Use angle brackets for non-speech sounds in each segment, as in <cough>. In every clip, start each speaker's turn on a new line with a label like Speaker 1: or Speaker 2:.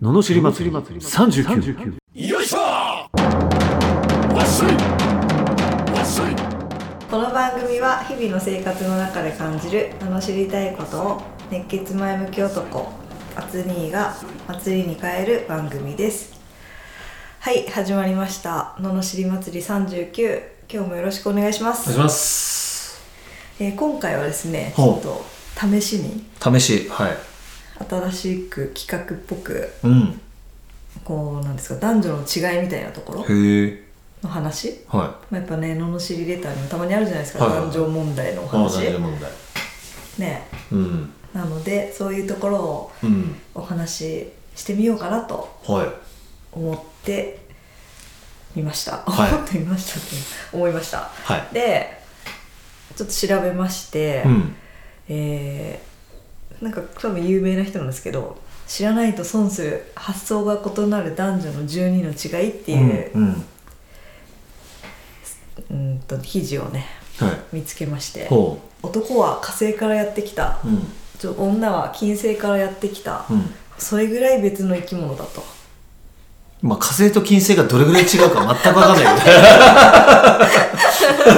Speaker 1: ののしり祭り39
Speaker 2: よいしょわっしょいわっしょい
Speaker 3: この番組は日々の生活の中で感じる罵りたいことを熱血前向き男アツニーが祭りに変える番組ですはい始まりました「ののしり祭り39」今日もよろしくお願いします
Speaker 4: します
Speaker 3: えー今回はですねちょ
Speaker 4: ほ
Speaker 3: っ
Speaker 4: う
Speaker 3: と試しに
Speaker 4: 試しはい
Speaker 3: 新しく企画っぽく
Speaker 4: うん
Speaker 3: こうなんですか男女の違いみたいなところ
Speaker 4: へえ
Speaker 3: の話
Speaker 4: は
Speaker 3: まあやっぱねののしりレターにもたまにあるじゃないですか、
Speaker 4: はいはいはい
Speaker 3: 男女問題のお
Speaker 4: い
Speaker 3: 話
Speaker 4: 問題
Speaker 3: ね
Speaker 4: うん
Speaker 3: なのでそういうところを
Speaker 4: うん
Speaker 3: お話ししてみようかなと
Speaker 4: はい
Speaker 3: 思ってみました、
Speaker 4: はい
Speaker 3: <laughs> 思ってみましたって思いました
Speaker 4: は
Speaker 3: でちょっと調べまして、
Speaker 4: うん
Speaker 3: えーなんか多分有名な人なんですけど知らないと損する発想が異なる男女の12の違いっていう、
Speaker 4: うんうん
Speaker 3: うん、と記事をね
Speaker 4: はい
Speaker 3: 見つけまして
Speaker 4: ほ
Speaker 3: 男は火星からやってきた
Speaker 4: ううん
Speaker 3: ちょ女は金星からやってきた、
Speaker 4: うん
Speaker 3: それぐらい別の生き物だと
Speaker 4: まあ火星と金星がどれぐらい違うか全くわかんない <laughs> けど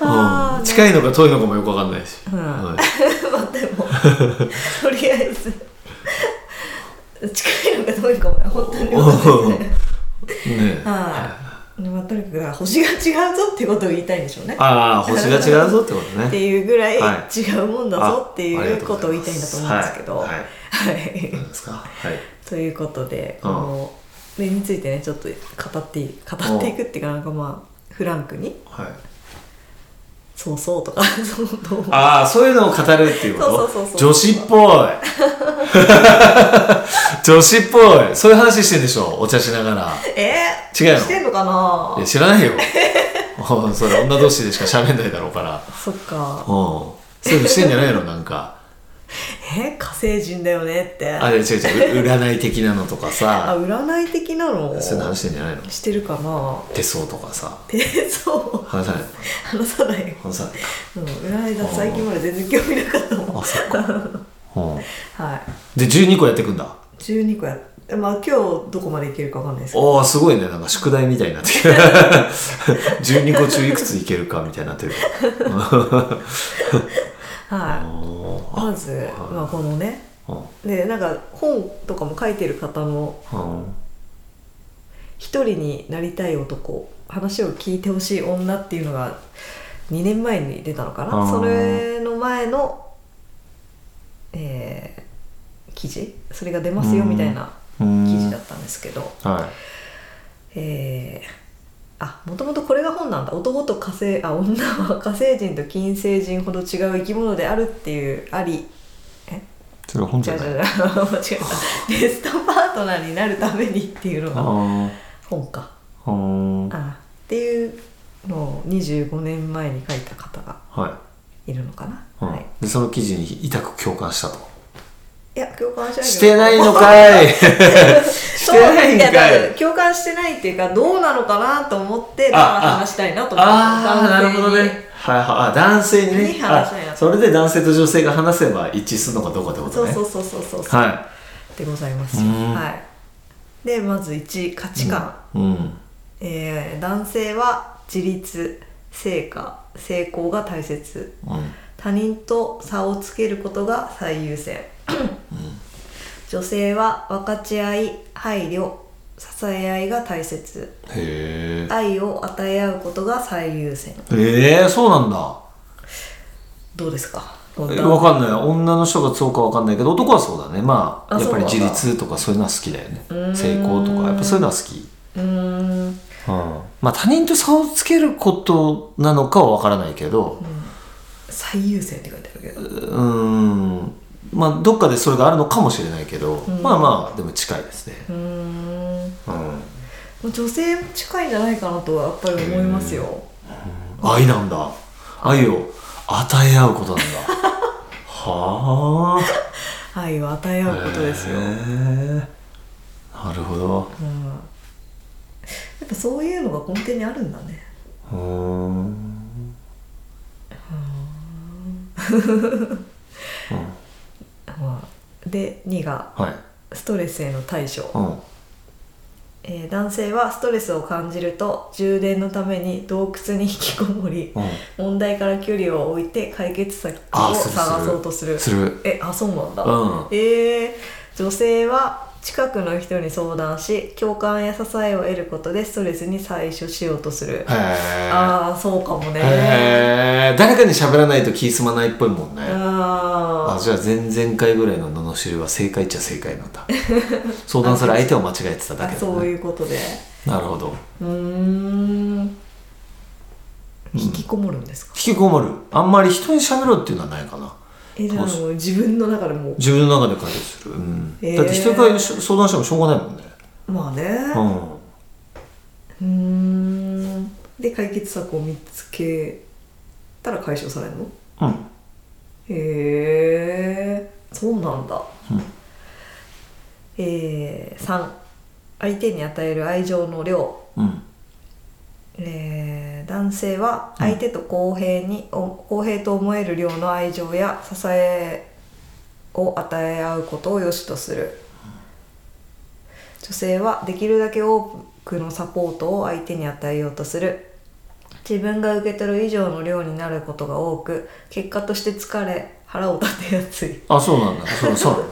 Speaker 3: あー
Speaker 4: うん近いのか遠いのかもよくわかんないし
Speaker 3: うん
Speaker 4: は
Speaker 3: まあでもとりあえず近いのかどうかもね本当に <laughs> 分かんないですね
Speaker 4: い <laughs> ねえ
Speaker 3: はい、まあ、とにかくだから星が違うぞってことを言いたいんでしょうね
Speaker 4: ああ星が違うぞってこと
Speaker 3: って
Speaker 4: ね
Speaker 3: いうぐらい
Speaker 4: は
Speaker 3: 違うもんだぞって
Speaker 4: ああ
Speaker 3: い
Speaker 4: りが
Speaker 3: う
Speaker 4: とうご
Speaker 3: こ
Speaker 4: ざ
Speaker 3: とを
Speaker 4: い
Speaker 3: 言
Speaker 4: ま
Speaker 3: いたいんだと
Speaker 4: す
Speaker 3: 思うんですけど
Speaker 4: はいはい
Speaker 3: はい
Speaker 4: なんですかはい
Speaker 3: ということで
Speaker 4: う
Speaker 3: こ
Speaker 4: ん
Speaker 3: の目についてねちょっと語ってい語っていくっていうかなんかまあフランクに
Speaker 4: はい
Speaker 3: 「そうそう」とか「そうどう
Speaker 4: ああそういうのを語るっていうこと
Speaker 3: そうそうそうそう
Speaker 4: 女子っぽい女子っぽいそういう話してんでしょお茶しながら
Speaker 3: <laughs> えー、
Speaker 4: 違うの
Speaker 3: してんのかない
Speaker 4: や知らないようんそれ女同士でしか喋んないだろうからうん
Speaker 3: そっか
Speaker 4: そういうのしてんじゃないのなんか
Speaker 3: え火星人だよねって
Speaker 4: あいや違う違うう占い的なのとか
Speaker 3: あ
Speaker 4: さ
Speaker 3: 占い的なの
Speaker 4: そういうの話してんじゃないの
Speaker 3: してるかな
Speaker 4: 手相とかさ
Speaker 3: えそう
Speaker 4: 話さないの
Speaker 3: 話さない、
Speaker 4: 話さない
Speaker 3: うん、占いだ最近まで全然興味なかったもん
Speaker 4: あそっかうん
Speaker 3: <laughs> はい
Speaker 4: で12個やってくんだ
Speaker 3: 12個やまあ今日どこまでいけるかわかんないですけど
Speaker 4: おーすごいねなんか宿題みたいになってきた <laughs> 12個中いくついけるかみたいになってる
Speaker 3: は
Speaker 4: お
Speaker 3: いまず、まあ、このね
Speaker 4: ー
Speaker 3: でなんか本とかも書いてる方の
Speaker 4: うんうん
Speaker 3: 「一人になりたい男話を聞いてほしい女」っていうのが2年前に出たのかな
Speaker 4: あー
Speaker 3: それの前のえー記事それが出ますよみたいな
Speaker 4: うん
Speaker 3: 記事だったんですけど
Speaker 4: は
Speaker 3: えーあもともとこれが本なんだ男と火星あ女は <laughs> 火星人と金星人ほど違う生き物であるっていうあり
Speaker 4: いそれ本
Speaker 3: 違
Speaker 4: じ
Speaker 3: う
Speaker 4: ゃ
Speaker 3: 違
Speaker 4: ないう
Speaker 3: 違う <laughs> 間違えたベストパートナーになるためにっていうの
Speaker 4: あ
Speaker 3: が
Speaker 4: ー
Speaker 3: 本か
Speaker 4: あー
Speaker 3: あっていうのを25年前に書いた方が
Speaker 4: はい
Speaker 3: るのかな、
Speaker 4: い、うん
Speaker 3: はい、
Speaker 4: でその記事に痛く共感したと
Speaker 3: いや共感し
Speaker 4: してて
Speaker 3: な
Speaker 4: ないい
Speaker 3: <laughs> けど
Speaker 4: のかいし
Speaker 3: そう
Speaker 4: てないん
Speaker 3: や
Speaker 4: か
Speaker 3: だら
Speaker 4: い
Speaker 3: 共感してないっていうかどうなのかなと思ってだ
Speaker 4: あ
Speaker 3: から
Speaker 4: あ
Speaker 3: 話したいなと思って
Speaker 4: ああなるほどねはいはいあ男性に
Speaker 3: に
Speaker 4: ね
Speaker 3: 話しないの
Speaker 4: あそれで男性と女性が話せば一致するのかどうかってこ
Speaker 3: そ
Speaker 4: と
Speaker 3: う
Speaker 4: ね
Speaker 3: そうそうそうそうそう、
Speaker 4: は
Speaker 3: でございます、
Speaker 4: うん
Speaker 3: はい、でまず1価値観、
Speaker 4: いうん
Speaker 3: えー男性は自立成果成功が大切
Speaker 4: うん
Speaker 3: 他人と差をつけることが最優先、女性は分かち合い配慮支え合いが大切
Speaker 4: へえ
Speaker 3: 愛を与え合うことが最優先
Speaker 4: ええそうなんだ
Speaker 3: どうですか
Speaker 4: えわかんない女の人がそうかわかんないけど男はそうだねまあ
Speaker 3: あ
Speaker 4: やっぱり
Speaker 3: そう
Speaker 4: 自
Speaker 3: なんだ
Speaker 4: 立とかそういうのは好きだよね成功とかやっぱそういうのは好き
Speaker 3: うーん
Speaker 4: うんまあ他人と差をつけることなのかはわからないけど
Speaker 3: 最優先って書いてあるけど
Speaker 4: うーんまあどっかでそれがあるのかもしれないけど、まあまあでも近いですね
Speaker 3: うーん
Speaker 4: うん
Speaker 3: 女性も近いんじゃないかなとはやっぱり思いますよ、
Speaker 4: 愛なんだ愛を与え合う
Speaker 3: <laughs>
Speaker 4: ことなんだはあ
Speaker 3: 愛を与え合うことですよ、
Speaker 4: へえなるほど
Speaker 3: うん、やっぱそういうのが根底にあるんだね
Speaker 4: うーん
Speaker 3: まあで2が
Speaker 4: はい。
Speaker 3: ストレスへの対処、
Speaker 4: うん。
Speaker 3: えー男性はストレスを感じると充電のために洞窟に引きこもり、
Speaker 4: うん。
Speaker 3: 問題から距離を置いて解決策
Speaker 4: あ
Speaker 3: を
Speaker 4: する
Speaker 3: 探そうとする
Speaker 4: する。
Speaker 3: えあそうなんだ、
Speaker 4: うん
Speaker 3: えー女性は近くの人に相談し共感や支えを得ることでストレスに対処しようとする
Speaker 4: へー。
Speaker 3: ああそうかもね
Speaker 4: へー。誰かに喋らないと気済まないっぽいもんね。あ
Speaker 3: あ
Speaker 4: じゃあ前々回ぐらいの罵りは正解っちゃ正解なん <laughs> だ相談する相手を間違えてただ
Speaker 3: あ
Speaker 4: けだ、ね、
Speaker 3: そういうことで
Speaker 4: なるほど
Speaker 3: うーん引きこもるんですか、
Speaker 4: 引きこもるあんまり人に喋ろうっていうのはないかな
Speaker 3: えじゃあもう自分の中でも
Speaker 4: 自分の中で解決する、うん
Speaker 3: へー
Speaker 4: だって人から相談してもしょうがないもんね
Speaker 3: まあね
Speaker 4: う
Speaker 3: うーんで解決策を見つけたら解消されるの
Speaker 4: んうん
Speaker 3: へえそうなんだ、
Speaker 4: うん
Speaker 3: えー、3相手に与える愛情の量、
Speaker 4: うん
Speaker 3: えー男性は相手と公平に、お公平と思える量の愛情や支えを与え合うことを良しとする女性はできるだけ多くのサポートを相手に与えようとする自分が受け取る以上の量になることが多く結果として疲れ腹を立てやすい
Speaker 4: あそうなんだそうそう <laughs> なの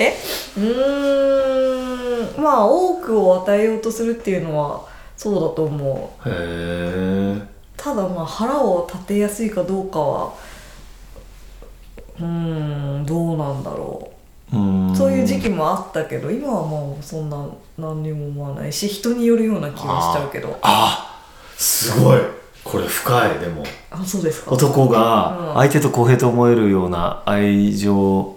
Speaker 3: えうーんまあ多くを与えようとするっていうのはそうだと思う
Speaker 4: へえ
Speaker 3: ただまあ腹を立てやすいかどうかはうーんどうなんだろうそういう時期もあったけど今はもうそんな何にも思わないし人によるような気がしちゃうけど
Speaker 4: あすごいこれ深いでも
Speaker 3: あそうですか
Speaker 4: 男
Speaker 3: う
Speaker 4: が
Speaker 3: ん
Speaker 4: 相手と公平と思えるような愛情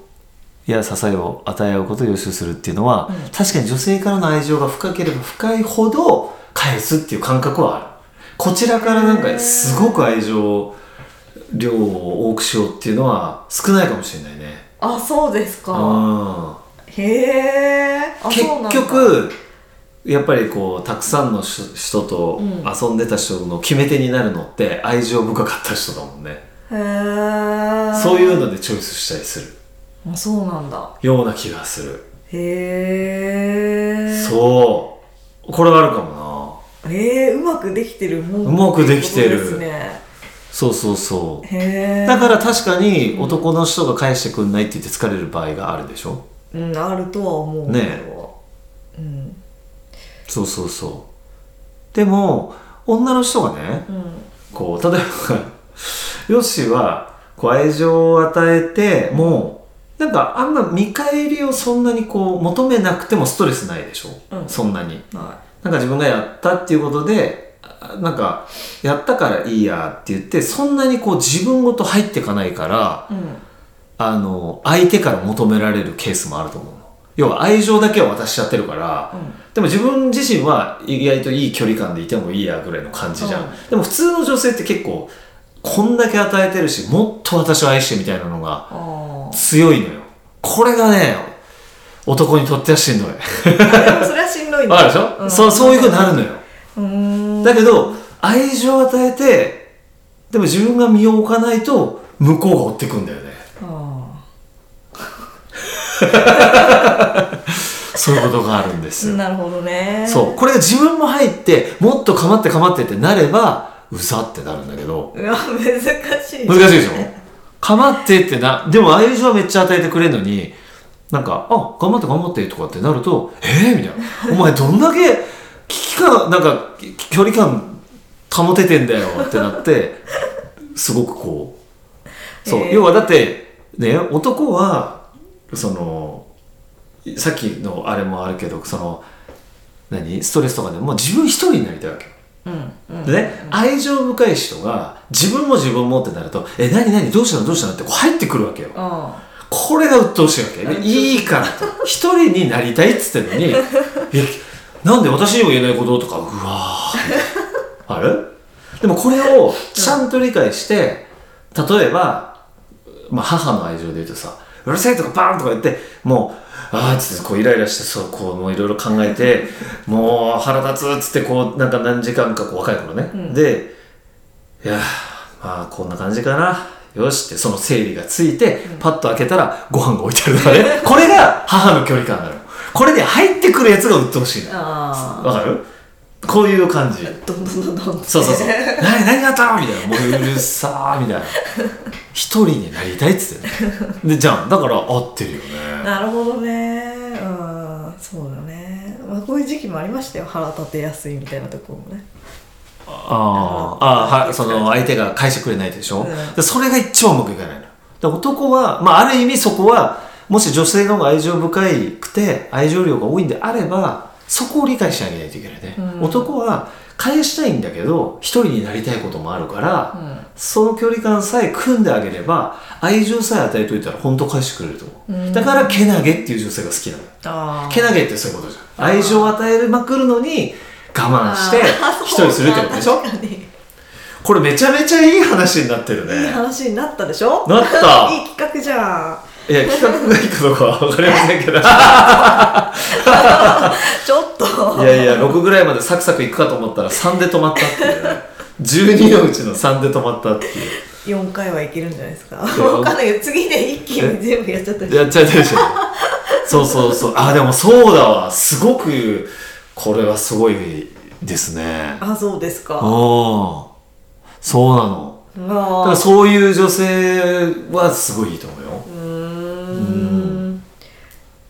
Speaker 4: や支えを与え合うことを予習するっていうのは、
Speaker 3: うん
Speaker 4: 確かに女性からの愛情が深ければ深いほど返すっていう感覚はあるこちらからなんかすごく愛情量を多くしようっていうのは少ないかもしれないね
Speaker 3: あそうですか
Speaker 4: うん
Speaker 3: へえあ
Speaker 4: 結
Speaker 3: そうなんだ
Speaker 4: 局やっぱりこうたくさんの人人と
Speaker 3: うん
Speaker 4: 遊んでた人の決め手になるのって愛情深かった人だもんね、
Speaker 3: へえ
Speaker 4: そういうのでチョイスしたりする
Speaker 3: あそうなんだ
Speaker 4: ような気がする。
Speaker 3: へえ
Speaker 4: そう。これはあるかも
Speaker 3: うえー、うまくできてるも
Speaker 4: うまくできてる
Speaker 3: ってことです
Speaker 4: な。そうそうそ
Speaker 3: ねへ
Speaker 4: う。
Speaker 3: え
Speaker 4: だから確かに男の人が返してくんないって言って疲れる場合があるでしょ
Speaker 3: うん、あるとは思うけど、
Speaker 4: ね
Speaker 3: うん
Speaker 4: そうそうそう。でも、女の人がね、
Speaker 3: うん
Speaker 4: こう、例えば、 <laughs> ヨッシーは、こう、愛情を与えて、もう、なんかあんま見返りをそんなにこう、求めなくてもストレスないでしょ、
Speaker 3: うん
Speaker 4: そんなに。
Speaker 3: は
Speaker 4: なんか自分がやったっていうことで、あなんか、やったからいいやって言って、そんなにこう自分ごと入ってかないから、
Speaker 3: い、うん、
Speaker 4: あの、相手から求められるケースもあると思うの。要は愛情だけを渡しちゃってるから、
Speaker 3: うん
Speaker 4: でも自分自身は意外といい距離感でいてもいいやぐらいの感じじゃん。
Speaker 3: うん
Speaker 4: でも普通の女性って結構、こんだけ与えてるし、もっと私を愛してみたいなのが
Speaker 3: あー
Speaker 4: 強いのよ。これがね、男にとってはしんどい。
Speaker 3: あでもそれはしんどいね
Speaker 4: わかるでしょ、
Speaker 3: うん
Speaker 4: そうそういうふうになるのよ。
Speaker 3: うーん
Speaker 4: だけど愛情を与えてでも自分が身を置かないと向こうが追ってくんだよね
Speaker 3: あ
Speaker 4: そういうことがあるんです
Speaker 3: ー
Speaker 4: よ
Speaker 3: なるほどね
Speaker 4: そうこれが自分も入ってもっと構って構ってってなればうざってなるんだけど
Speaker 3: うわ難しい
Speaker 4: 難しいでしょ構ってってなでも愛情はめっちゃ与えてくれるのになんか「あ頑張って頑張って」とかってなると「えー?」みたいな「お前どんだけ危機感なんかき距離感保ててんだよ」ってなってすごくこうそう、
Speaker 3: えー
Speaker 4: 要はだってね男はそのさっきのあれもあるけどその何ストレスとかでも自分一人になりたいわけよ
Speaker 3: うんうん
Speaker 4: でね、愛情深い人が自分も自分もってなると「え何何どうしたのどうしたの?」ってこう入ってくるわけよ
Speaker 3: あ
Speaker 4: これが鬱陶しいわけいいからと一人になりたいっつってんのに「えなんで私にも言えないこと?」とかうわーあれでもこれをちゃんと理解して例えば、まあ、母の愛情で言うとさ「うるせえ」とかバーンとか言ってもう「ああ」っつってこうイライラしてそうこうもういろいろ考えて「もう腹立つ」っつってこうなんか何時間かこう若い頃ね、
Speaker 3: ん
Speaker 4: でいやーまあこんな感じかなよしってその整理がついて、パッと開けたらご飯が置いてあるとか <laughs> ねこれが母の距離感なのこれで入ってくるやつが鬱陶しいの
Speaker 3: あ
Speaker 4: わかるこういう感じ
Speaker 3: あどんどんどんどんって
Speaker 4: そうそうそう何何があったのみたいなもううるさーみたいな一人になりたいっつってねでじゃんだから合ってるよね
Speaker 3: なるほどねうんそうだねまあこういう時期もありましたよ腹立てやすいみたいなところもね
Speaker 4: あーあーはその相手が返してくれないでしょ、
Speaker 3: うん
Speaker 4: でそれが一番うまくいかないので男は、まあ、ある意味そこはもし女性の方が愛情深いくて愛情量が多いんであればそこを理解しなきゃいけないね、
Speaker 3: うん
Speaker 4: 男は返したいんだけど一人になりたいこともあるから、
Speaker 3: う
Speaker 4: その距離感さえ組んであげれば愛情さえ与えといたら本当返してくれると思う、
Speaker 3: うん
Speaker 4: だからけなげっていう女性が好きなのよ
Speaker 3: あ
Speaker 4: けなげってそういうことじゃん愛情を与えまくるのに我慢して一人にするってことでしょ
Speaker 3: 確かに
Speaker 4: これめちゃめちゃいい話になってる
Speaker 3: いい
Speaker 4: ね
Speaker 3: 話になったでしょ
Speaker 4: なった
Speaker 3: いい企画じゃん
Speaker 4: いや企画がいいかどうかは分かりませんけど <laughs> い
Speaker 3: ちょっと
Speaker 4: やいや6ぐらいまでサクサクいくかと思ったら3で止まったっていうね12のうちの3で止まったっていう
Speaker 3: 4回はいけるんじゃないですか
Speaker 4: や
Speaker 3: 分かんないけど次で一気に全部やっちゃったり
Speaker 4: やっちゃってるでしょそうそうそうあでもそうだわすごくこれはすごいですね
Speaker 3: あそうですかあ
Speaker 4: おーそうなのだから
Speaker 3: あ
Speaker 4: そういう女性はすごいいいと思うよ
Speaker 3: うーん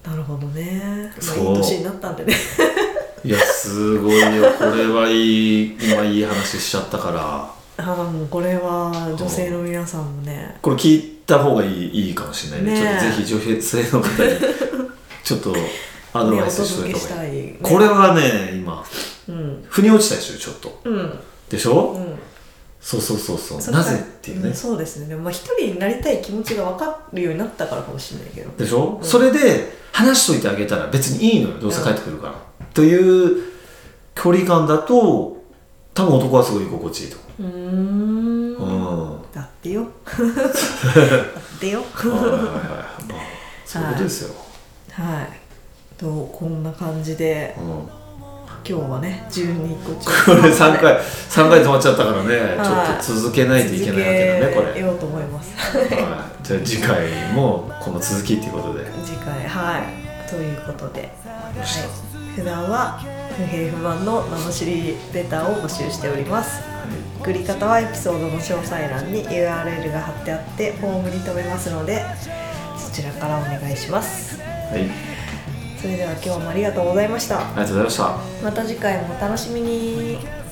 Speaker 3: なるほどねまあ
Speaker 4: そう
Speaker 3: いい年になったんでね <laughs>
Speaker 4: いやすごいよこれはいい今いい話しちゃったから
Speaker 3: ああもうこれは女性の皆さんもね
Speaker 4: これ聞いた方がいいいいかもしれないね
Speaker 3: ねえ
Speaker 4: ちょっとぜひ女性の方にちょっとアド
Speaker 3: ね
Speaker 4: バ
Speaker 3: お
Speaker 4: イスしと
Speaker 3: 届
Speaker 4: い
Speaker 3: け
Speaker 4: た
Speaker 3: し
Speaker 4: 方が
Speaker 3: た
Speaker 4: いい、
Speaker 3: い、ね、
Speaker 4: これはね今
Speaker 3: うん
Speaker 4: 腑に落ちたでしょちょっと
Speaker 3: うん
Speaker 4: でしょ、
Speaker 3: うん
Speaker 4: そうそうそうそう
Speaker 3: そっか
Speaker 4: なぜっていうね、
Speaker 3: んそうですねでもまあ一人になりたい気持ちが分かるようになったからかもしれないけど
Speaker 4: でしょ、
Speaker 3: うん
Speaker 4: それで話しといてあげたら別にいいのよどうせ帰ってくるから、という距離感だと多分男はすごい居心地いいと
Speaker 3: うーん
Speaker 4: 思う、うん
Speaker 3: だって
Speaker 4: <laughs>
Speaker 3: よだってよ
Speaker 4: はいはいはいまあそういうことですよ、
Speaker 3: はい。とこんな感じで
Speaker 4: うん
Speaker 3: 今日はね12個中
Speaker 4: これ3回3回止まっちゃったからね、
Speaker 3: はい
Speaker 4: ちょっと続けないといけないわけだねこ
Speaker 3: 続け
Speaker 4: れ、
Speaker 3: ようと思います。
Speaker 4: はい、じゃあ次回もこの続きっていうことで
Speaker 3: 次回はいということで、は
Speaker 4: した
Speaker 3: い、普段は不平不満の罵りレターを募集しております。送り方はエピソードの詳細欄に URL が貼ってあってフォームに飛べますのでそちらからお願いします。
Speaker 4: はい、あり
Speaker 3: それでは今日もありがとうございました。
Speaker 4: がとうございました
Speaker 3: また次回もお楽しみに。